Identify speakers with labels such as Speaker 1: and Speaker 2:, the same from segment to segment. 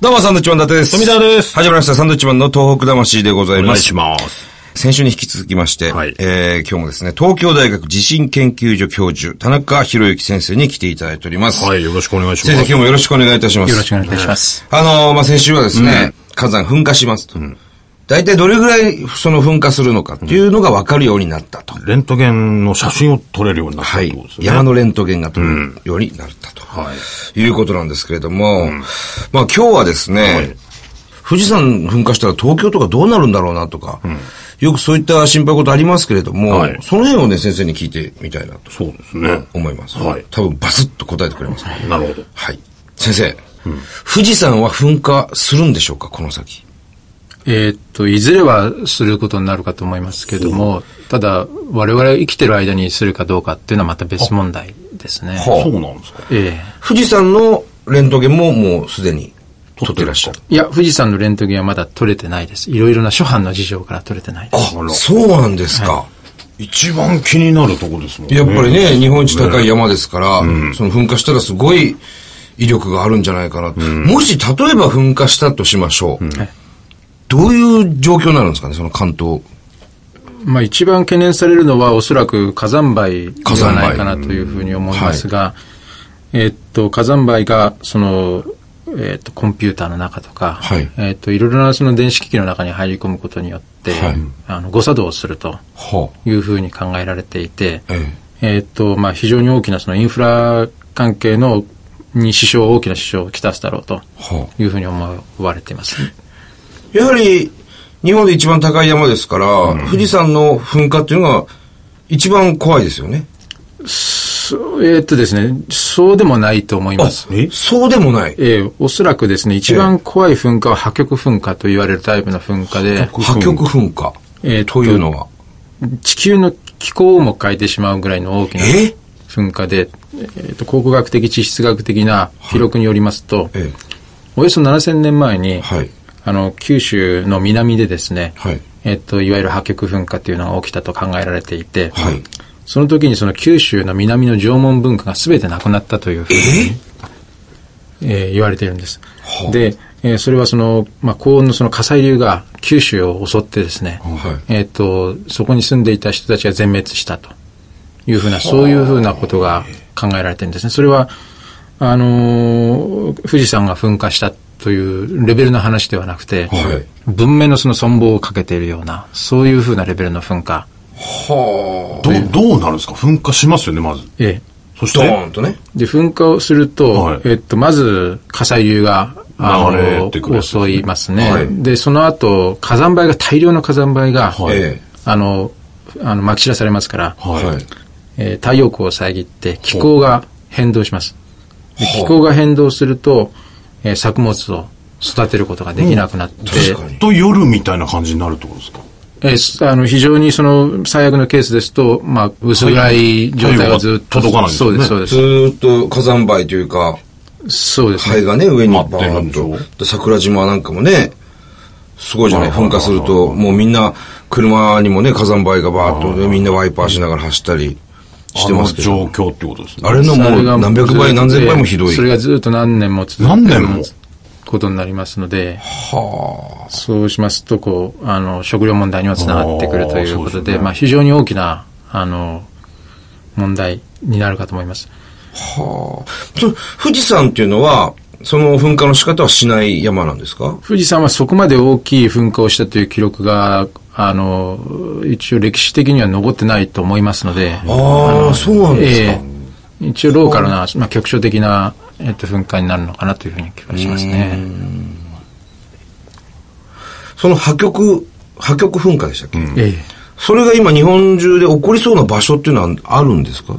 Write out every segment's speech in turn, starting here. Speaker 1: どうも、サンドウィッチマン伊達です。
Speaker 2: 富田です
Speaker 1: 始まりました、サンドウィッチマンの東北魂でござい
Speaker 2: お
Speaker 1: ま
Speaker 2: 願い
Speaker 1: す。
Speaker 2: します。
Speaker 1: 先週に引き続きまして、
Speaker 2: はい
Speaker 1: えー、今日もですね、東京大学地震研究所教授、田中博之先生に来ていただいております。
Speaker 2: はい、よろしくお願いし
Speaker 1: 先生、
Speaker 2: ま
Speaker 1: 今日
Speaker 2: す。
Speaker 1: もよろしくお願いいたします。
Speaker 3: よろしくお願いいたします。
Speaker 1: あのーまあ、先週はですね、火山噴火しますと。大体どれぐらいその噴火するのかっていうのが分かるようになったと。
Speaker 2: レントゲンの写真を撮れるようになった
Speaker 1: は
Speaker 2: っ
Speaker 1: い。
Speaker 2: てことですよね。
Speaker 1: 山のレントゲンが取れるようになったと、、
Speaker 2: はい
Speaker 1: うことなんですけれども、まあ今日はですね、
Speaker 2: い
Speaker 1: 富士山噴火したら東京とかどうなるんだろうなとか、よくそういった心配事ありますけれども、
Speaker 2: はい
Speaker 1: その辺をね、先生に聞いてみたいなと
Speaker 2: そうですね。
Speaker 1: 思います。
Speaker 2: はい
Speaker 1: 多分バスッと答えてくれますから。
Speaker 2: なるほど。
Speaker 1: はい。先生、富士山は噴火するんでしょうか、この先。
Speaker 3: えーっと、いずれはすることになるかと思いますけども、ただ、我々が生きてる間にするかどうかっていうのはまた別問題ですね。
Speaker 1: はあ
Speaker 2: そうなんですか。
Speaker 3: え
Speaker 1: 富士山のレントゲンももうすでに撮ってらっしゃる。
Speaker 3: えいや、富士山のレントゲンはまだ取れてないです。いろいろな諸般の事情から取れてないです。
Speaker 1: あ、そうなんですか。
Speaker 2: 一番気になるとこですもんね。
Speaker 1: やっぱりね、日本一高い
Speaker 2: ね
Speaker 1: 山ですから、その噴火したらすごい威力があるんじゃないかな。もし、例えば噴火したとしましょう。どういう状況になるんですかね、その関東。
Speaker 3: まあ一番懸念されるのはおそらく火山灰ではないかなというふうに思いますが、えっと、火山灰が、その、えっと、コンピューターの中とか、
Speaker 1: はい
Speaker 3: えっと、いろいろなその電子機器の中に入り込むことによって、
Speaker 1: はい
Speaker 3: あの誤作動をすると
Speaker 1: は
Speaker 3: いうふうに考えられていて、
Speaker 1: え
Speaker 3: えっと、まあ非常に大きなそのインフラ関係のに支障、大きな支障をきたすだろうと
Speaker 1: えは
Speaker 3: いうふうに思われています。
Speaker 1: あ、やはり、日本で一番高い山ですから、富士山の噴火っていうのが一番怖いですよね。
Speaker 3: そうえっとですね、そうでもないと思います。
Speaker 2: え
Speaker 1: そうでもない。
Speaker 3: ええおそらくですね、一番怖い噴火は破局噴火と言われるタイプの噴火で、
Speaker 1: 破局噴火。
Speaker 3: えーっと
Speaker 1: というのは。
Speaker 3: 地球の気候をも変えてしまうぐらいの大きな
Speaker 1: え
Speaker 3: 噴火で、えーっと考古学的、地質学的な記録によりますと、
Speaker 1: え
Speaker 3: およそ7000年前に、
Speaker 1: えはい。
Speaker 3: あの、九州の南でですね、
Speaker 1: はい。
Speaker 3: えーっと、いわゆる破局噴火というのが起きたと考えられていて、
Speaker 1: はい。
Speaker 3: その時にその九州の南の縄文文化が全てなくなったというふうに、えー言われているんです。
Speaker 1: はあ
Speaker 3: で、えーそれはその、まあ、高温のその火砕流が九州を襲ってですね、
Speaker 1: はい
Speaker 3: えっ、と、そこに住んでいた人たちが全滅したというふうな、そういうふうなことが考えられてるんですね。それは、あのー富士山が噴火したというレベルの話ではなくて、
Speaker 1: はい
Speaker 3: 文明のその存亡をかけているような、そういうふうなレベルの噴火。
Speaker 1: は
Speaker 2: どう、どうなるんですか噴火しますよね、まず。
Speaker 3: ええ
Speaker 2: そし
Speaker 1: あ。ドー
Speaker 2: て、
Speaker 1: ンとね。
Speaker 3: で、噴火をすると、
Speaker 2: はい
Speaker 3: えっと、まず火砕流が、あ
Speaker 2: 流れ
Speaker 3: の、
Speaker 2: てくるやつですね
Speaker 3: 襲いますね、
Speaker 1: はい
Speaker 3: で、その後、火山灰が、大量の火山灰が、
Speaker 2: はい
Speaker 1: え
Speaker 3: あの、あの、まき散らされますから、
Speaker 1: え
Speaker 2: はい。
Speaker 3: えー太陽光を遮って気候が変動します。で
Speaker 1: ほう
Speaker 3: 気候が変動すると、えー作物を育てることができなくなって、
Speaker 1: 確かに。
Speaker 2: と夜みたいな感じになるってことですか
Speaker 3: えーすあの非常にその最悪のケースですと、まあ、薄暗い状態がずっ
Speaker 2: 太
Speaker 3: と
Speaker 2: 陽が届かないんです
Speaker 3: そ
Speaker 2: ね
Speaker 3: うです、そうで
Speaker 1: ず
Speaker 3: す。
Speaker 1: ーっと火山灰というか、
Speaker 3: そうですね
Speaker 1: 灰がね、上にバ
Speaker 2: 待ってる
Speaker 1: ー
Speaker 2: ん
Speaker 1: ン
Speaker 2: でしょ
Speaker 1: と。で桜島なんかもね、すごいじゃない、
Speaker 2: はいはい
Speaker 1: 噴
Speaker 2: はいは
Speaker 1: 火
Speaker 2: い
Speaker 1: すると、もうみんな、車にもね、火山灰がバーッとね、みんなワイパーしながら走ったりしてますけ
Speaker 2: あ
Speaker 1: ど。
Speaker 2: の状況ってことですね。
Speaker 1: あれのも
Speaker 3: そうれが
Speaker 1: 何百倍、
Speaker 3: ずっと
Speaker 1: 何千倍もひどい。
Speaker 3: それがずっと何年も続
Speaker 2: 何
Speaker 3: く
Speaker 2: 年も
Speaker 3: ことになりますので、
Speaker 1: は
Speaker 3: そうしますと、こう、あの、食料問題にもつながってくるというこ
Speaker 2: あーそ
Speaker 3: と
Speaker 2: うで
Speaker 3: で、
Speaker 2: すね
Speaker 3: まあ、非常に大きな、あの、問題になるかと思います。
Speaker 1: あ。はあ。そ富士山っていうのは、その噴火の仕方はしない山なんですか
Speaker 3: 富士山はそこまで大きい噴火をしたという記録が、あの、一応歴史的には残ってないと思いますので、
Speaker 1: ああ、そうなんですか
Speaker 3: え。え一応ローカルな、まあ、局所的な、えっと、噴火になるのかなというふうに気がしますね。
Speaker 1: その破局、破局噴火でしたっけ
Speaker 3: ええ
Speaker 1: それが今日本中で起こりそうな場所っていうのはあるんですか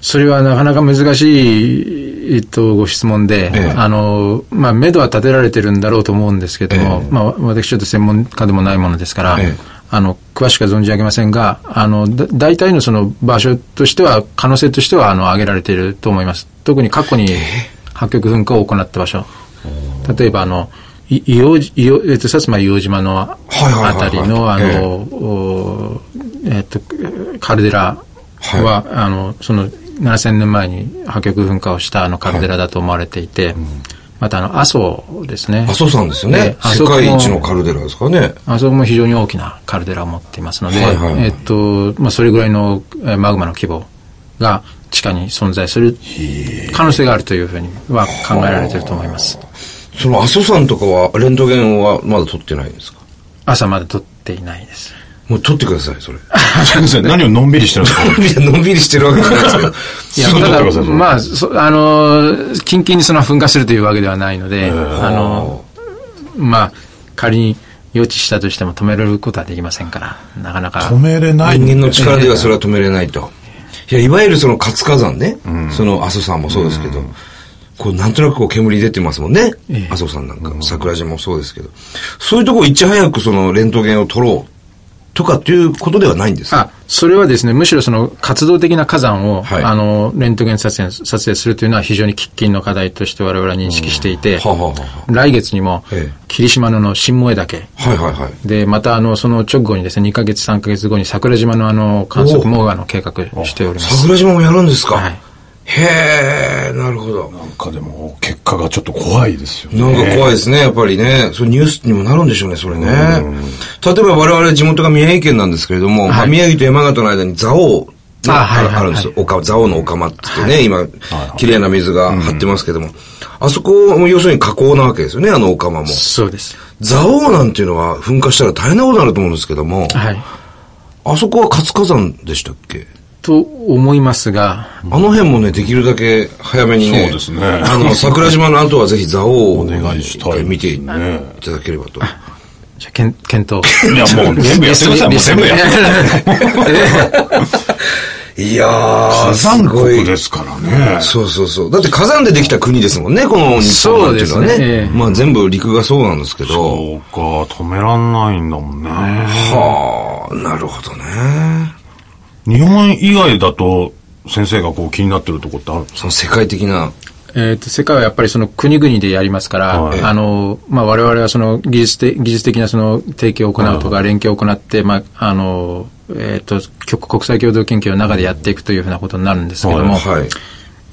Speaker 3: それはなかなか難しい、えっと、ご質問で、
Speaker 1: ええ
Speaker 3: あの、まあ、目処は立てられてるんだろうと思うんですけども、
Speaker 1: ええ
Speaker 3: まあ、わ私ちょっと専門家でもないものですから、
Speaker 1: ええ
Speaker 3: あの、詳しくは存じ上げませんが、あの、だ大体のその場所としては、可能性としては、あの、挙げられていると思います。特に過去に破局噴火を行った場所。例えば、あの、い硫黄、硫黄えっと、薩摩硫黄島のあ
Speaker 1: はいはいはいはい
Speaker 3: たりの、あの、
Speaker 1: ええ
Speaker 3: おえっと、カルデラ
Speaker 1: はい
Speaker 3: は、あの、その7000年前に破局噴火をしたあのカルデラだと思われていて、またあの、阿蘇ですね。
Speaker 1: 阿蘇山ですよね。
Speaker 3: ええ
Speaker 1: 世界一のカルデラですからね。
Speaker 3: あそこも非常に大きなカルデラを持っていますので、
Speaker 1: はいはいはい
Speaker 3: えっと、まあ、それぐらいのえーマグマの規模が地下に存在する可能性があるというふうには考えられていると思います。
Speaker 1: その阿蘇山とかは、レントゲンはまだ撮ってないんですか
Speaker 3: 朝まで撮っていないです。
Speaker 1: もう撮ってください、それ。
Speaker 2: 先生、何をのんびりしてるんですか
Speaker 1: いやのんびりしてるわけじゃないですけど。
Speaker 3: いや、
Speaker 2: すぐ撮ってくださいそれ
Speaker 3: まあ、そあのー、キンキンにその噴火するというわけではないので、あのー、まあ、仮に予知したとしても止めることはできませんから、なかなか
Speaker 2: 止。めれない。
Speaker 1: 人間の力ではそれは止めれないと。いや、いわゆるその活火山ね。その阿蘇山もそうですけど。こう、なんとなくこう煙出てますもんね
Speaker 3: ええ。
Speaker 1: 阿蘇山なんか、桜島もそうですけど。そういうとこいち早くそのレントゲンを撮ろうとかっていうことではないんですか
Speaker 3: あ、それはですね、むしろその活動的な火山を、
Speaker 1: はい
Speaker 3: あの、レントゲン撮影撮影するというのは非常に喫緊の課題として我々は認識していて、
Speaker 1: はあはあはあは
Speaker 3: 来月にも
Speaker 1: ええ、
Speaker 3: 霧島のあの新萌岳、
Speaker 1: はいはいはい。
Speaker 3: で、またあの、その直後にですね、2ヶ月3ヶ月後に桜島のあの、観測もあの、計画しております。
Speaker 1: 桜島もやるんですか、
Speaker 3: はい
Speaker 1: へえ、なるほど。
Speaker 2: なんかでも、結果がちょっと怖いですよね。
Speaker 1: なんか怖いですね、やっぱりね。そうニュースにもなるんでしょうね、それね。例えば我々地元が宮城県なんですけれども、まあ宮城と山形の間に蔵王が
Speaker 3: あはいはいはい
Speaker 1: あるんですよ。丘蔵王の丘間って言ってね、今、綺麗な水が張ってますけども。あそこも要するに河口なわけですよね、あの丘間も。
Speaker 3: そうです。
Speaker 1: 蔵王なんていうのは噴火したら大変なことになると思うんですけども、
Speaker 3: はい。
Speaker 1: あそこは活火山でしたっけ
Speaker 3: と思いますが、
Speaker 1: あの辺もね、できるだけ早めにね。
Speaker 2: そうですね
Speaker 1: あの、桜島の後はぜひ蔵王を
Speaker 2: お願いしたいですね
Speaker 1: 見ていただければと。
Speaker 3: じゃあ、けん検討。
Speaker 2: いや、もう全部やってください。もう全部やってください。
Speaker 1: いやー、
Speaker 2: 火山
Speaker 1: すごい
Speaker 2: 国ですからね。
Speaker 1: そうそうそう。だって火山でできた国ですもんね、この日本なんていうのは
Speaker 3: そうで
Speaker 1: ね。
Speaker 3: すねええ
Speaker 1: まあ全部陸がそうなんですけど。
Speaker 2: そうか、止めらんないんだもんね。
Speaker 1: はあ、なるほどね。
Speaker 2: 日本以外だと、先生がこう気になってるとこってあるんですか
Speaker 1: その世界的な。
Speaker 3: えっと世界はやっぱりその国々でやりますから、
Speaker 2: はい
Speaker 3: あの、まあ、我々はその技術て技術的なその提携を行うとか、連携を行って、まあ、あの、えっ、と、局国際共同研究の中でやっていくというふうなことになるんですけども、
Speaker 1: はい。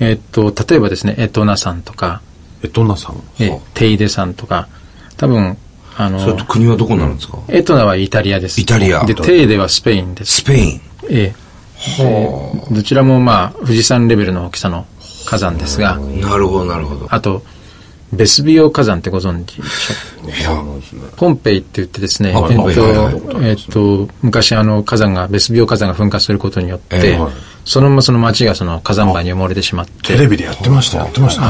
Speaker 3: えっ、と、例えばですね、エトナさんとか、
Speaker 2: エトナさん。
Speaker 3: えテイデさんとか、多分、あ
Speaker 1: それと
Speaker 3: の、
Speaker 1: 国はどこになるんですか
Speaker 3: エトナはイタリアです。
Speaker 1: イタリア
Speaker 3: で、テイデはスペインです。
Speaker 1: スペイン。
Speaker 3: ええでどちらもまあ、富士山レベルの大きさの火山ですが、
Speaker 1: なるほど、なるほど。
Speaker 3: あと、ベスビオ火山ってご存知でしょう
Speaker 1: いや、
Speaker 3: かポンペイって言ってですね、えっ
Speaker 1: あ
Speaker 3: と
Speaker 1: ポンペイはいはい
Speaker 2: はい
Speaker 3: えっと、昔あの火山が、ベスビオ火山が噴火することによって、
Speaker 1: ええはい
Speaker 3: そのままその町がその火山灰に埋もれてしまって、
Speaker 2: テレビでやってました、やってました。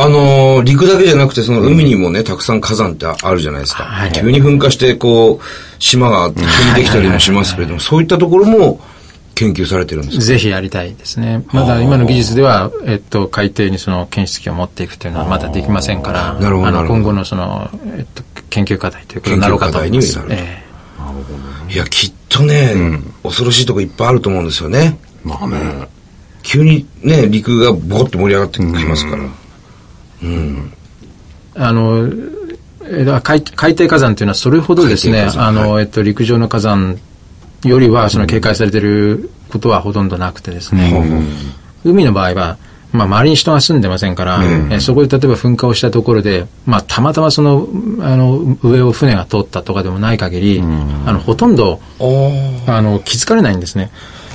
Speaker 1: あのー陸だけじゃなくて、その海にもね、たくさん火山ってあるじゃないですか。
Speaker 3: はい
Speaker 1: 急に噴火して、こう、島が急にできたりもしますけれども、そういったところも研究されてるんですか
Speaker 3: ぜひやりたいですね。まだ今の技術では、えっと、海底にその検出機を持っていくというのはまだできませんから、
Speaker 1: なるほど
Speaker 3: あ
Speaker 1: な
Speaker 3: の
Speaker 1: るほど
Speaker 3: 今後のその、えっと、研究課題ということになろうかと思います
Speaker 1: 研究課。題になる
Speaker 3: ええ
Speaker 1: いや、きっとね、恐ろしいとこいっぱいあると思うんですよね。
Speaker 2: まあね。
Speaker 1: 急にね、陸がボコッと盛り上がってきますから。
Speaker 3: あの、えだ海海底火山というのはそれほどですね
Speaker 1: 海、底火
Speaker 3: あ
Speaker 1: 山
Speaker 3: の、えっと、陸上の火山よりは、その警戒されていることはほとんどなくてですね、海の場合は、まあ、周りに人が住んでませんから、えーそこで例えば噴火をしたところで、まあ、たまたまその、あの、上を船が通ったとかでもない限り、あの、ほとんど、あの、気づかれないんですね。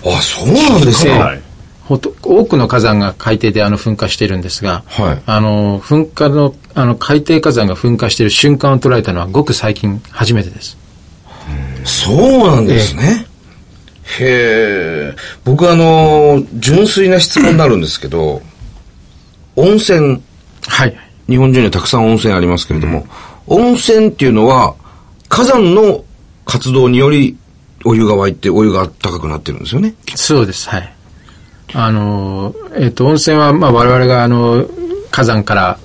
Speaker 1: あ、そうなんです
Speaker 2: は
Speaker 1: か。
Speaker 2: い。
Speaker 3: ほと多くの火山が海底であの噴火しているんですが、
Speaker 1: はい
Speaker 3: あの噴火のあの海底火山が噴火している瞬間を捉えたのはごく最近初めてです。
Speaker 1: そうなんですね。へえ。僕あのー、純粋な質問になるんですけど、温泉、
Speaker 3: はい。
Speaker 1: 日本中にはたくさん温泉ありますけれども、温泉っていうのは、火山の活動により、お湯が沸いて、お湯が暖かくなってるんですよね。
Speaker 3: そうです。はい。あのえっ、と温泉はまあ我々があの火山から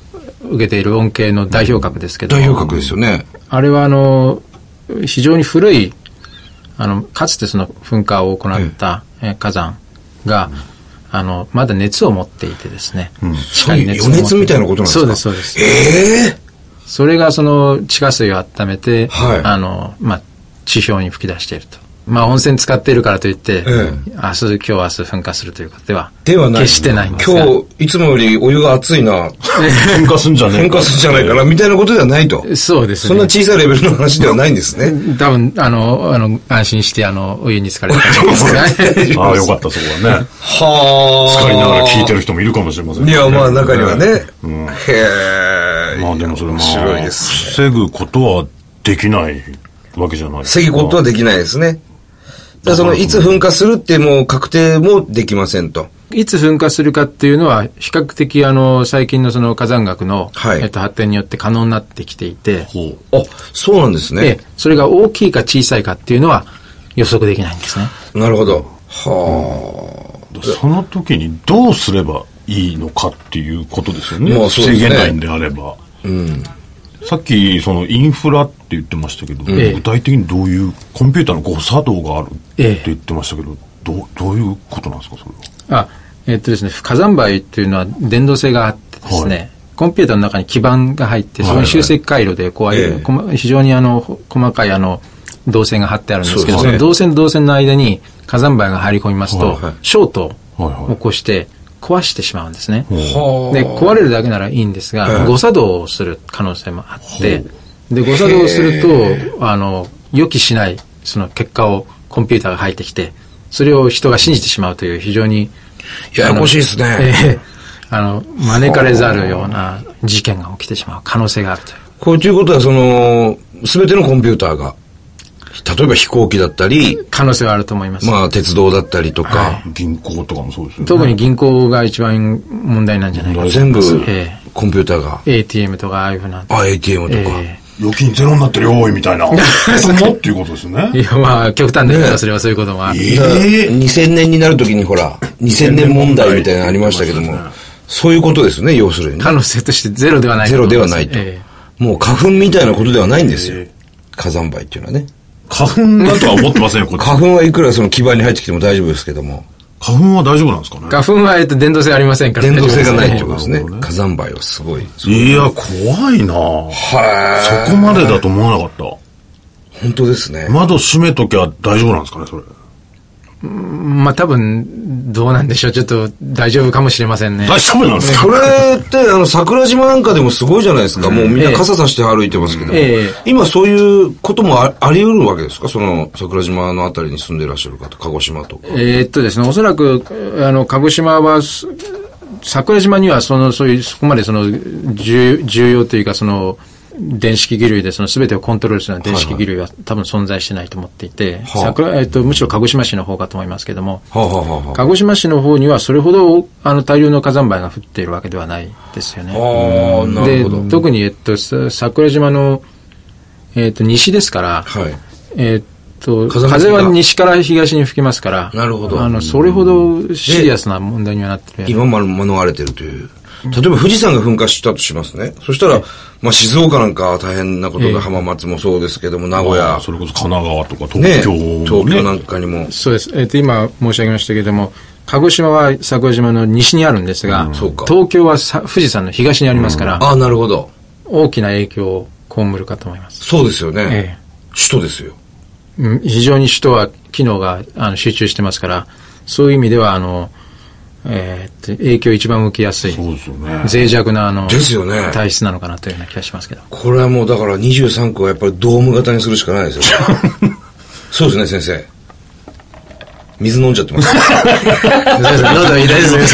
Speaker 3: 受けている恩恵の代表格ですけど、
Speaker 1: 代表格ですよね。
Speaker 3: あれはあの非常に古いあのかつてその噴火を行ったえー火山が、あのまだ熱を持っていてですね、地下にを持って
Speaker 1: 余熱みたいなことなんですか
Speaker 3: そうですそうです
Speaker 1: ええ
Speaker 3: それがその地下水を温めて、
Speaker 1: はい
Speaker 3: あの、まあ、地表に噴き出していると。まあ温泉使っているからといって、
Speaker 1: え
Speaker 3: 明日、今日、明日噴火するということでは、
Speaker 1: ではない。
Speaker 3: 決してないんですが。
Speaker 1: 今日、いつもよりお湯が熱いな、
Speaker 2: 喧嘩すんじゃねえ
Speaker 1: 変化するんじゃないかな、みたいなことではないと。
Speaker 3: そうで
Speaker 1: そ
Speaker 3: すね。
Speaker 1: んな小さいレベルの話ではないんですね。
Speaker 3: 多分、あの、あの、安心して、あの、お湯に浸かれた感じ ですね。
Speaker 2: ああ、よかった、そこはね。
Speaker 1: はあ。
Speaker 2: 疲れながら聞いてる人もいるかもしれません
Speaker 1: い
Speaker 2: ね
Speaker 1: や、まあ中にはね。
Speaker 2: うんま
Speaker 1: へえ。
Speaker 2: あでもそれも、
Speaker 1: 面白いです。
Speaker 2: 防ぐことはできないわけじゃない
Speaker 1: 防ぐことはできないですね。だからその、いつ噴火するってもう確定もできませんと。
Speaker 3: いつ噴火するかっていうのは、比較的、あの、最近のその火山学の、
Speaker 1: はい
Speaker 3: えっと、発展によって可能になってきていて、
Speaker 2: ほう
Speaker 1: あ、そうなんですね
Speaker 3: で。、それが大きいか小さいかっていうのは予測できないんですね。
Speaker 1: なるほど。は
Speaker 2: その時にどうすればいいのかっていうことですよね。
Speaker 1: まあそうで
Speaker 2: 防
Speaker 1: すね
Speaker 2: げないんであれば。さっき、そのインフラって言ってましたけど、
Speaker 3: ええ
Speaker 2: 具体的にどういう、コンピューターの誤作動がある
Speaker 3: ええ
Speaker 2: って言ってましたけど、どうどういうことなんですか、それは。
Speaker 3: あ、えっとですね、火山灰っていうのは伝導性があってですね、
Speaker 2: は
Speaker 3: コンピューターの中に基板が入って、そこに集積回路で、こう、ああい
Speaker 1: ええ
Speaker 3: うこま非常にあの、ほ細かいあの、導線が張ってあるんですけど、
Speaker 1: そう
Speaker 3: そ
Speaker 1: ですね
Speaker 3: の導線と導線の間に火山灰が入り込みますと、
Speaker 2: はい
Speaker 1: はい
Speaker 3: ショート
Speaker 2: はいはい
Speaker 3: を起こして壊してしまうんですね。
Speaker 1: あ。はあ。
Speaker 3: で、壊れるだけならいいんですが、
Speaker 1: ええ
Speaker 3: 誤作動をする可能性もあって、で、誤作動をすると、あの、予期しない、その結果をコンピューターが入ってきて、それを人が信じてしまうという非常に、
Speaker 1: ややこしいです
Speaker 3: あのえ
Speaker 1: ね。
Speaker 3: えあの、招かれざるような事件が起きてしまう可能性があるという。
Speaker 1: こうということは、その、すべてのコンピューターが、例えば飛行機だったり、
Speaker 3: 可能性はあると思います。
Speaker 1: まあ鉄道だったりとか、
Speaker 2: 銀行とかもそうですよね。
Speaker 3: 特に銀行が一番問題なんじゃないかと
Speaker 1: 全部
Speaker 3: ええ、
Speaker 1: コンピューターが、
Speaker 3: ATM とかああいうふうな。
Speaker 1: あ、ATM とか。
Speaker 3: え
Speaker 2: 預金ゼロになってるよ、おいみ たいな。そもっていうことですよね
Speaker 3: え。いや、まあ、極端ですけ
Speaker 1: ねえ
Speaker 3: ど、それはそういうこともある。
Speaker 2: ええ
Speaker 1: 2000年になるときにほら、2000年問題みたいなのありましたけども
Speaker 2: そうですね、
Speaker 1: そういうことですね、要するにね。
Speaker 3: 可能性としてゼロではない
Speaker 1: ゼロではないと
Speaker 3: ええ。
Speaker 1: もう花粉みたいなことではないんですよ。火山灰っていうのはね。
Speaker 2: 花粉だとは思ってませんよ、こっち。
Speaker 1: 花粉はいくらその基盤に入ってきても大丈夫ですけども、
Speaker 2: 花粉は大丈夫なんですかね
Speaker 3: 花粉は、えっと、伝導性ありませんから
Speaker 1: 伝導性がないってことです
Speaker 2: な
Speaker 1: ね
Speaker 2: るほど。ね
Speaker 1: 火山灰はすごい。
Speaker 2: いや、怖いなぁ
Speaker 1: は
Speaker 2: そこまでだと思わなかっ
Speaker 1: い。本当ですね
Speaker 2: た。。窓閉めときゃ大丈夫なんですかね、それ。
Speaker 3: まあ、多分、どうなんでしょう。ちょっと、大丈夫かもしれませんね。
Speaker 2: 大丈夫なんですか
Speaker 1: これって、あの、桜島なんかでもすごいじゃないですか。もうみんな傘さして歩いてますけども
Speaker 3: ええ
Speaker 1: 今そういうこともああり得るわけですかその、桜島のあたりに住んでいらっしゃる方、鹿児島とか。
Speaker 3: えーっとですね、おそらく、あの、鹿児島は、す桜島には、その、そういう、そこまで、その、重重要というか、その、電子機器類で、その、全てをコントロールするような電子機器類は、多分存在してないと思っていて、
Speaker 1: はあ
Speaker 3: 桜、えっと、むしろ鹿児島市の方かと思いますけども、
Speaker 1: はあ、はあはあはあ
Speaker 3: 鹿児島市の方には、それほど、あの、大量の火山灰が降っているわけではないですよね。
Speaker 1: あー、なる
Speaker 3: で
Speaker 1: ほど。、
Speaker 3: 特に、えっと、さ桜島の、えっと、西ですから、
Speaker 1: はい。
Speaker 3: えっと、
Speaker 1: 風向きが
Speaker 3: 風は西から東に吹きますから、
Speaker 1: なるほど
Speaker 3: あの、それほどシリアスな問題にはなってる。
Speaker 1: 今まで免れてるという。例えば富士山が噴火したとしますね。そしたら、まあ静岡なんか大変なこと
Speaker 3: ええ
Speaker 1: が浜松もそうですけども、名古
Speaker 2: まあ
Speaker 1: 屋、
Speaker 2: それこそ神奈川とか
Speaker 1: ね、
Speaker 2: 東京もね
Speaker 1: 東京なんかにも。
Speaker 3: そうです。えっと、今申し上げましたけれども、鹿児島は桜島の西にあるんですが、
Speaker 1: そうか
Speaker 3: 東京はさ富士山の東にありますから、
Speaker 1: ああ、なるほど。
Speaker 3: 大きな影響を被るかと思います。
Speaker 1: そうですよね。
Speaker 3: え
Speaker 1: 首都ですよ。
Speaker 3: えうん非常に首都は機能があの集中してますから、そういう意味では、あの、えーっと影響を一番受けやすい、
Speaker 2: そうですよね。
Speaker 3: 脆弱なあの、
Speaker 1: ですよね
Speaker 3: 体質なのかなというような気がしますけど。
Speaker 1: これはもうだから23区はやっぱりドーム型にするしかないですよ。 そうですね、先生。水飲んじゃって ます。
Speaker 3: 喉痛いですね。
Speaker 2: ね、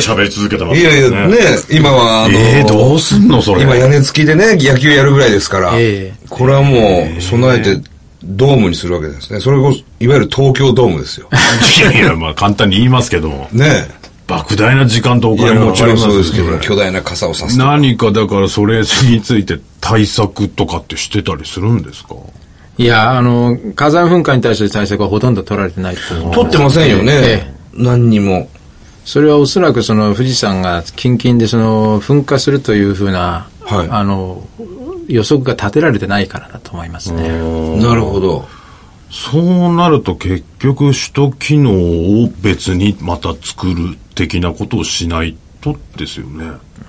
Speaker 2: 喋り続けてま
Speaker 1: い
Speaker 2: す
Speaker 1: やいや、ね、今はあの、
Speaker 2: ええどうすんの、それ。
Speaker 1: 今屋根付きでね、野球やるぐらいですから、
Speaker 3: ええ
Speaker 1: これはもう備えてドームにするわけですね。それこそ、いわゆる東京ドームですよ。
Speaker 2: いやいや、まあ簡単に言いますけども、
Speaker 1: ね
Speaker 2: 莫大な時間とお
Speaker 1: え。いや、
Speaker 2: 金が
Speaker 1: も
Speaker 2: か
Speaker 1: ち
Speaker 2: かり
Speaker 1: ろん
Speaker 2: ます
Speaker 1: そ
Speaker 2: よ
Speaker 1: うですけど、
Speaker 2: ね
Speaker 1: 巨大な傘をさすと。
Speaker 2: 何かだからそれについて対策とかってしてたりするんですか
Speaker 3: いや、あの、火山噴火に対して対策はほとんど取られてないと思います
Speaker 1: 取ってませんよ
Speaker 3: え
Speaker 1: ね
Speaker 3: え。
Speaker 1: 何にも。近
Speaker 3: それはおそらくその富士山が近々でその噴火するというふうな、
Speaker 1: はい
Speaker 3: あの、予測が立てられてないからだと思いますね。
Speaker 1: なるほど。
Speaker 2: そうなると結局首都機能を別にまた作る的なことをしないとですよね。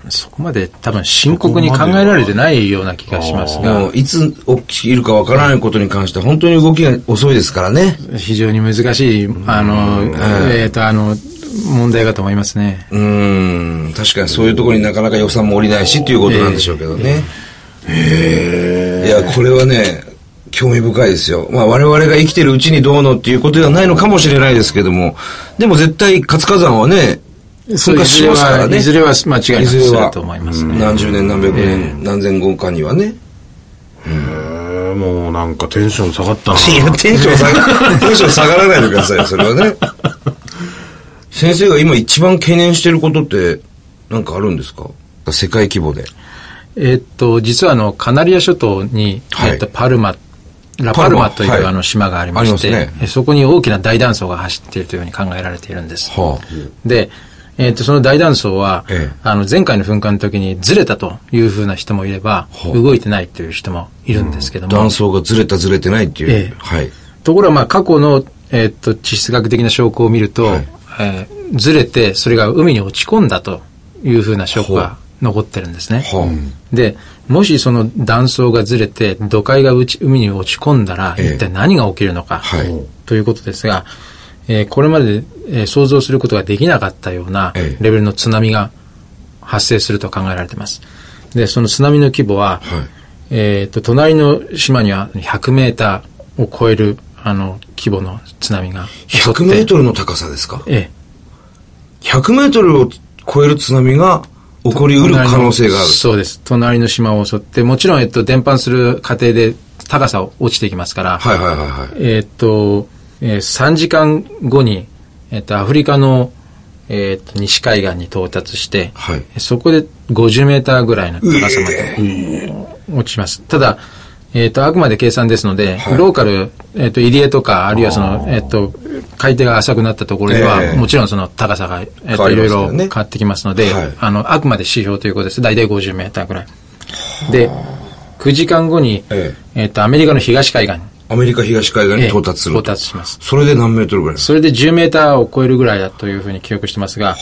Speaker 3: そこまで多分深刻に考えられてないような気がしますが、
Speaker 1: もういつ起きるかわからないことに関して本当に動きが遅いですからね。
Speaker 3: 非常に難しい、あの、えっと、あの、問題かと思いますね。
Speaker 1: うーん、確かにそういうところになかなか予算も下りないしっていうことなんでしょうけどね。いや、これはね、興味深いですよ。まあ我々が生きてるうちにどうのっていうことではないのかもしれないですけども、でも絶対活火山はね、
Speaker 3: そう
Speaker 1: 噴火
Speaker 3: いず
Speaker 1: し
Speaker 3: れ
Speaker 1: ますから
Speaker 3: は、
Speaker 1: ね。
Speaker 3: いずれは間違い
Speaker 1: い
Speaker 3: なく
Speaker 1: ずれ
Speaker 3: す
Speaker 1: は
Speaker 3: ると思いますね。
Speaker 1: 何十年何百年何千後かにはね。
Speaker 2: えー、もうなんかテンション下がったな。
Speaker 1: いや、テンション下が、テンション下がらないでくださいよ、それは ね。先生が今一番懸念してることって、なんかあるんですか世界規模で。
Speaker 3: えっと、実はあの、カナリア諸島に、
Speaker 1: はい
Speaker 3: えっと、パルマ、ラ
Speaker 1: パ
Speaker 3: パ
Speaker 1: ル
Speaker 3: ル
Speaker 1: マ
Speaker 3: マという、
Speaker 1: はい
Speaker 3: あの島がありまして
Speaker 1: ありますね
Speaker 3: えそこに大きな大断層が走っているというふうに考えられているんです。
Speaker 1: は
Speaker 3: で、えっと、その大断層は、
Speaker 1: ええ
Speaker 3: あの、前回の噴火の時にずれたというふうな人もいれば、
Speaker 1: はあ
Speaker 3: 動いてないという人もいるんですけども、
Speaker 1: 断層がずれたずれてないっていう。
Speaker 3: ええ
Speaker 1: はい。
Speaker 3: ところがまあ過去の、えっと地質学的な証拠を見ると、
Speaker 1: はい
Speaker 3: えーずれてそれが海に落ち込んだというふうな証拠が残ってるんですね。
Speaker 1: はあ
Speaker 3: でもしその断層がずれて土海がうち海に落ち込んだら
Speaker 1: ええ
Speaker 3: 一体何が起きるのか、
Speaker 1: はい
Speaker 3: ということですが、えーこれまで、えー想像することができなかったような
Speaker 1: え
Speaker 3: レ
Speaker 1: え
Speaker 3: ベルの津波が発生すると考えられています。でその津波の規模
Speaker 1: は
Speaker 3: は、
Speaker 1: い
Speaker 3: えっと隣の島には100メーターを超えるあの規模の津波が襲って
Speaker 1: 100メートルの高さですか
Speaker 3: ええ
Speaker 1: ?100 メートルを超える津波が起こりうる可能性がある。
Speaker 3: そうです。隣の島を襲って、もちろん、えっと、伝播する過程で高さを落ちていきますから、
Speaker 1: はいはいはいはい。
Speaker 3: えっと、えー3時間後に、えっと、アフリカの、えっと、西海岸に到達して、
Speaker 1: はい
Speaker 3: そこで50メーターぐらいの高さま
Speaker 1: え
Speaker 3: で落ちます。ただ、えっと、あくまで計算ですので、
Speaker 1: はい
Speaker 3: ローカル、えっと、入江とか、あるいはその、えっと、海底が浅くなったところでは、
Speaker 1: ええ
Speaker 3: もちろんその高さが、えっ
Speaker 1: 変わ
Speaker 3: と、
Speaker 1: り
Speaker 3: いろ
Speaker 1: ま
Speaker 3: い
Speaker 1: すよね
Speaker 3: ろ変わってきますので、
Speaker 1: はい
Speaker 3: あの、あくまで指標ということです。大体50メーターぐらい。で、9時間後に、
Speaker 1: え
Speaker 3: えっと、アメリカの東海岸に、
Speaker 1: アメリカ東海岸に到達すると。
Speaker 3: 到達します。
Speaker 1: それで何メートルぐらいですか
Speaker 3: それで10メーターを超えるぐらいだというふうに記憶してますが、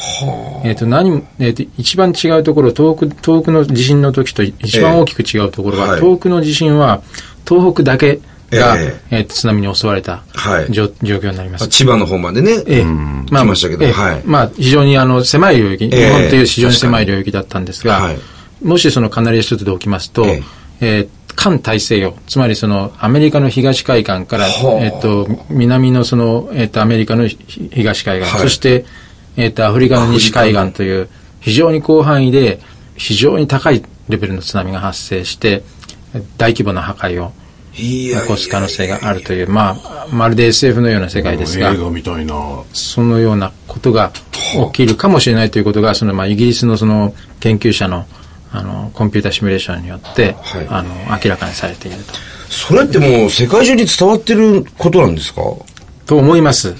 Speaker 3: えっ、と、何も、えっ、と、一番違うところ、東北、東北の地震の時と一番大きく違うところ
Speaker 1: ええ
Speaker 3: は、
Speaker 1: はい
Speaker 3: 東北の地震は、東北だけが、
Speaker 1: え
Speaker 3: えっ、と、津波に襲われた、
Speaker 1: はい
Speaker 3: 状状況になりま
Speaker 1: あ
Speaker 3: す。
Speaker 1: 千葉の方までね。
Speaker 3: ええ、
Speaker 1: 来ましたけど
Speaker 3: ええ
Speaker 1: はい
Speaker 3: まあ、非常にあの、狭い領域、
Speaker 1: ええ
Speaker 3: 日本という非常に狭い領域だったんですが、
Speaker 1: はい
Speaker 3: もしそのカナリア諸島で起きますと、
Speaker 1: え
Speaker 3: えー環大西洋、つまりそのアメリカの東海岸から、
Speaker 1: はあ
Speaker 3: えっと、南のその、えっと、アメリカのひ東海岸、
Speaker 1: はい
Speaker 3: そして、えっと、アフリカの西海岸という、非常に広範囲で、非常に高いレベルの津波が発生して、大規模な破壊を
Speaker 1: いやいや
Speaker 3: 起こす可能性があるという、まあ、まるで SF のような世界ですが
Speaker 2: 映、画みたいな。
Speaker 3: そのようなことが起きるかもしれないということが、そのまあイギリスのその研究者のあのコンピュータシミュレーションによって、
Speaker 1: はい
Speaker 3: あの明らかにされていると。
Speaker 1: それってもう世界中に伝わってることなんですか
Speaker 3: と思います。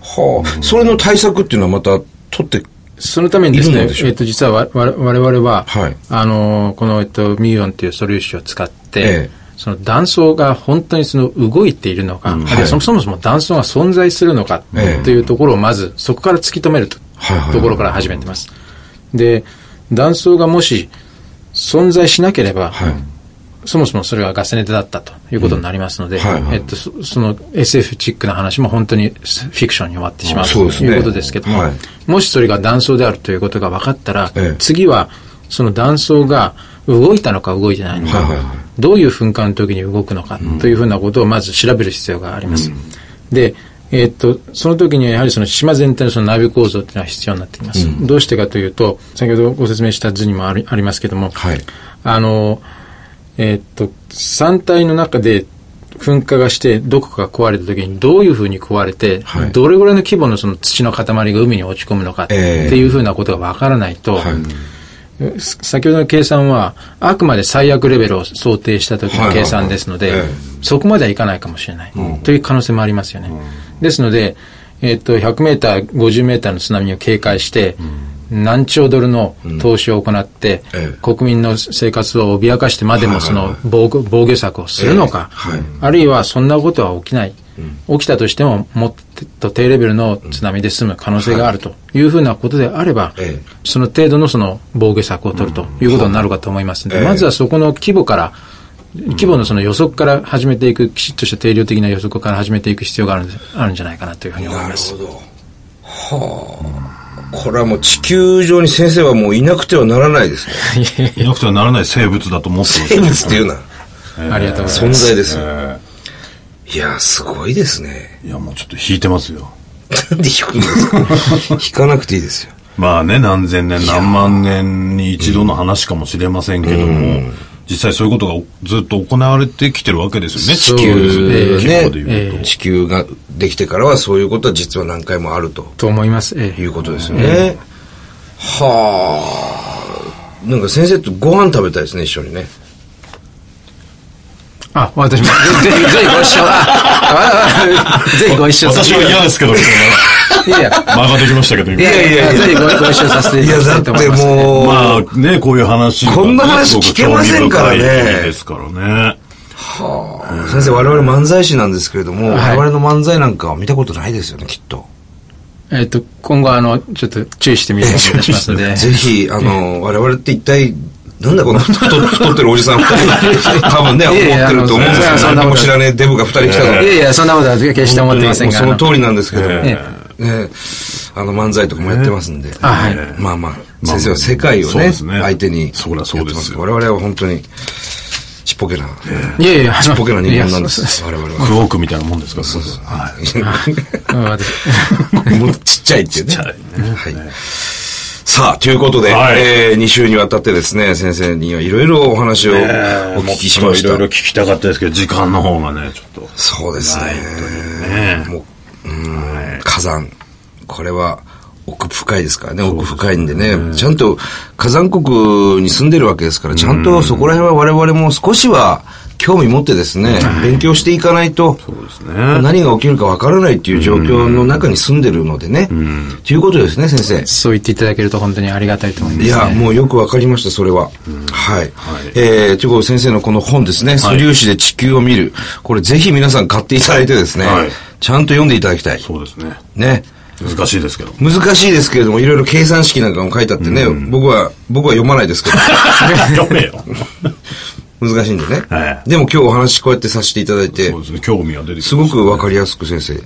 Speaker 1: はあ、それの対策っていうのはまた取って、
Speaker 3: そのためにです
Speaker 1: いる
Speaker 3: ね、
Speaker 1: のでしょう
Speaker 3: えっと実はわわ我々は、
Speaker 1: はい
Speaker 3: あのこの、えっと、ミューオンという素粒子を使って、
Speaker 1: ええ
Speaker 3: その断層が本当にその動いているのか、あるい
Speaker 1: はい
Speaker 3: はそもそもそも断層が存在するのか
Speaker 1: ええ
Speaker 3: というところをまずそこから突き止めると
Speaker 1: はいはいはい
Speaker 3: ところから始めてます。で、断層がもし存在しなければ、
Speaker 1: はい
Speaker 3: そもそもそれはガスネタだったということになりますので、
Speaker 1: うんはいはい
Speaker 3: えっと、そその SF チックな話も本当にフィクションに終わってしまう
Speaker 1: そう
Speaker 3: と
Speaker 1: ですね
Speaker 3: いうことですけども、
Speaker 1: はい
Speaker 3: もしそれが断層であるということが分かったら、
Speaker 1: ええ
Speaker 3: 次はその断層が動いたのか動いてないのか、
Speaker 1: はいはいはい
Speaker 3: どういう噴火の時に動くのかというふうなことをまず調べる必要があります。で、えーっと、その時にはやはりその島全体のその内部構造というのは必要になってきます。どうしてかというと、先ほどご説明した図にもありありますけども、
Speaker 1: はい
Speaker 3: あの、えーっと、山体の中で噴火がして、どこかが壊れた時にどういうふうに壊れて、
Speaker 1: はい
Speaker 3: どれぐらいの規模のその土の塊が海に落ち込むのかって
Speaker 1: ええ
Speaker 3: いうふうなことがわからないと、
Speaker 1: はい
Speaker 3: す先ほどの計算は、あくまで最悪レベルを想定した時の計算ですので、
Speaker 1: はいはいはいえ
Speaker 3: そこまではいかないかもしれない、という可能性もありますよね。ですので、えっと、100メーター、50メーターの津波を警戒して、何兆ドルの投資を行って、
Speaker 1: ええ
Speaker 3: 国民の生活を脅かしてまでもそ
Speaker 1: はい
Speaker 3: の
Speaker 1: は
Speaker 3: 防御防御策をするのか、
Speaker 1: ええはい
Speaker 3: あるいはそんなことは起きない。起きたとしても、もっと低レベルの津波で済む可能性があるというふうなことであれば、
Speaker 1: ええ
Speaker 3: その程度のその防御策を取るということになるかと思いますので、
Speaker 1: ええ
Speaker 3: まずはそこの規模から、規模のその予測から始めていく、きちっとした定量的な予測から始めていく必要があるんであるんじゃないかなというふうに思い
Speaker 1: な
Speaker 3: ま
Speaker 1: る
Speaker 3: す
Speaker 1: ほ。ど。はあ。これはもう地球上に先生はもういなくてはならないですね。
Speaker 2: いなくてはならない生物だと思ってます
Speaker 1: 生物っていうな
Speaker 3: ありがとうござい
Speaker 1: 存
Speaker 3: ます。
Speaker 1: 在ですよ。
Speaker 2: え
Speaker 1: いや、すごいですね。
Speaker 2: ーいや、もうちょっと引いてますよ。
Speaker 1: なんで引くんですか引かなくていいですよ。
Speaker 2: まあね、何千年、何万年に一度の話かもしれませんけども、実際そういうことがずっと行われてきてるわけですよね、地球
Speaker 3: そうですね
Speaker 2: 規模で言うと。
Speaker 1: 地球ができてからはそういうことは実は何回もあると
Speaker 3: と思います。ええ
Speaker 1: いうことですよね。はあ。なんか先生とご飯食べたいですね、一緒にね。
Speaker 3: あ、 私も、ぜひ、ぜひご一緒。ああぜひご一緒させ
Speaker 2: 私
Speaker 3: て
Speaker 2: は嫌ですけど、みたい
Speaker 3: いやいや、
Speaker 2: な間ができましたけど、今
Speaker 1: い。やいやいや
Speaker 3: ぜひごご一緒させていただきたいと思います、ね。
Speaker 1: も
Speaker 2: まあね、こういう話がね。
Speaker 1: こんな話聞けませんからね
Speaker 2: すごく興味深いですからね。
Speaker 1: 先生、我々漫才師なんですけれども、
Speaker 3: はい
Speaker 1: 我々の漫才なんかは見たことないですよね、きっと。
Speaker 3: えっ、と、今後、あの、ちょっと注意してみるようにいたしますの で。
Speaker 1: ぜひ、あの、我々って一体、なんだこの太太ってるおじさん二人 多分ね、思っ
Speaker 3: いやいや
Speaker 1: てると思うんです
Speaker 3: あ
Speaker 1: け
Speaker 3: の
Speaker 1: ど、
Speaker 3: そんな
Speaker 1: 何も
Speaker 3: こと
Speaker 1: 知らねえデブが二人来た
Speaker 3: い
Speaker 1: の
Speaker 3: や
Speaker 1: に
Speaker 3: いや、そんなことは決して思ってません
Speaker 1: もう
Speaker 3: が。
Speaker 1: その通
Speaker 3: あ
Speaker 1: りなんですけども、
Speaker 2: え
Speaker 1: ねあの漫才とかもやってますんで、
Speaker 3: あはいえ
Speaker 1: まあまあ、先生は世界を
Speaker 2: そう
Speaker 1: ね、
Speaker 2: ですね
Speaker 1: 相手に
Speaker 2: そりゃそう
Speaker 1: やっ
Speaker 2: ですよ
Speaker 1: てます我々は本当に、ちっぽけな、
Speaker 3: いやいや、
Speaker 1: ちっぽけな人間なんで
Speaker 3: いや
Speaker 1: す、我々は。
Speaker 2: クオークみたいなもんですから、そうそう。はい。
Speaker 3: そううん 私
Speaker 1: もっとちっちゃいっていうね。
Speaker 2: ちっちゃいね
Speaker 1: はい。さあ、ということで、
Speaker 2: はい
Speaker 1: え2週にわたってですね、先生にはいろいろお話をお聞きしました。
Speaker 2: もっといろいろ聞きたかったですけど、時間の方がね、ちょっと。
Speaker 1: そうですね。
Speaker 2: ね
Speaker 1: もう、うん、火山。これは、奥深いですからね、奥深いんでね、ちゃんと火山国に住んでるわけですから、ちゃんとそこら辺は我々も少しは興味持ってですね、勉強していかないと、
Speaker 2: そうですね。
Speaker 1: 何が起きるかわからないっていう状況の中に住んでるのでね、ということですね、先生。
Speaker 3: そう言っていただけると本当にありがたいと思います、ね。
Speaker 1: いや、もうよくわかりました、それは。はい。えー、ということで先生のこの本ですね、素粒子で地球を見る。これぜひ皆さん買っていただいてですね
Speaker 2: はい、
Speaker 1: ちゃんと読んでいただきたい。
Speaker 2: そうですね。
Speaker 1: ね。
Speaker 2: 難しいですけ ど。
Speaker 1: 難しいですけれども、いろいろ計算式なんかも書いてあってね、僕は、僕は読まないです けど、
Speaker 2: 読めよ。
Speaker 1: 難しいんでね
Speaker 2: は。い
Speaker 1: でも今日お話こうやってさせていただいて
Speaker 2: そう、ですね、興味は出てきます
Speaker 1: すごくわかりやすく先生、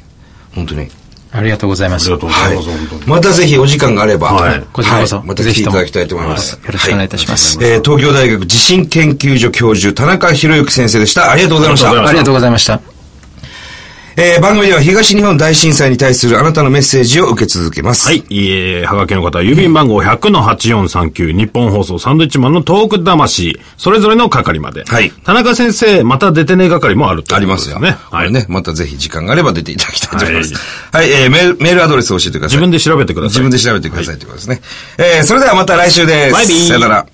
Speaker 1: 本当に。
Speaker 3: ありがとうございま
Speaker 2: あ
Speaker 3: す。
Speaker 2: りがとうございます、本当に。
Speaker 1: またぜひお時間があれば、
Speaker 2: はい
Speaker 3: こちらこそ、
Speaker 1: はいまた
Speaker 3: ぜ
Speaker 1: 来て
Speaker 3: ひ
Speaker 1: い
Speaker 3: と
Speaker 1: た
Speaker 3: も
Speaker 1: だきたいと思います。
Speaker 3: よろしくお願いいたします。
Speaker 1: えー東京大学地震研究所教授、田中博之先生でした。ありがとうございまし
Speaker 2: ありがとうご
Speaker 1: た。
Speaker 2: ざいました
Speaker 3: ありがとうございました。
Speaker 1: えー番組では東日本大震災に対するあなたのメッセージを受け続けます。
Speaker 2: はい。えー、はがきの方は、郵便番号100-8439、日本放送サンドイッチマンのトーク魂、それぞれの係まで。
Speaker 1: はい
Speaker 2: 田中先生、また出てね係もあると
Speaker 1: あ
Speaker 2: い
Speaker 1: り
Speaker 2: うこ
Speaker 1: ま
Speaker 2: と
Speaker 1: す
Speaker 2: で
Speaker 1: よ。
Speaker 2: ね。
Speaker 1: ね。
Speaker 2: は。
Speaker 1: はいい。ね。またぜひ時間があれば出ていただきたいと思います。はい、えーメール、メールアドレスを教えてください。
Speaker 2: 自分で調べてくだ
Speaker 1: 自
Speaker 2: さい
Speaker 1: 分で調べてくださいということですね。えーそれではまた来週です。
Speaker 2: バイビー
Speaker 1: さよなら。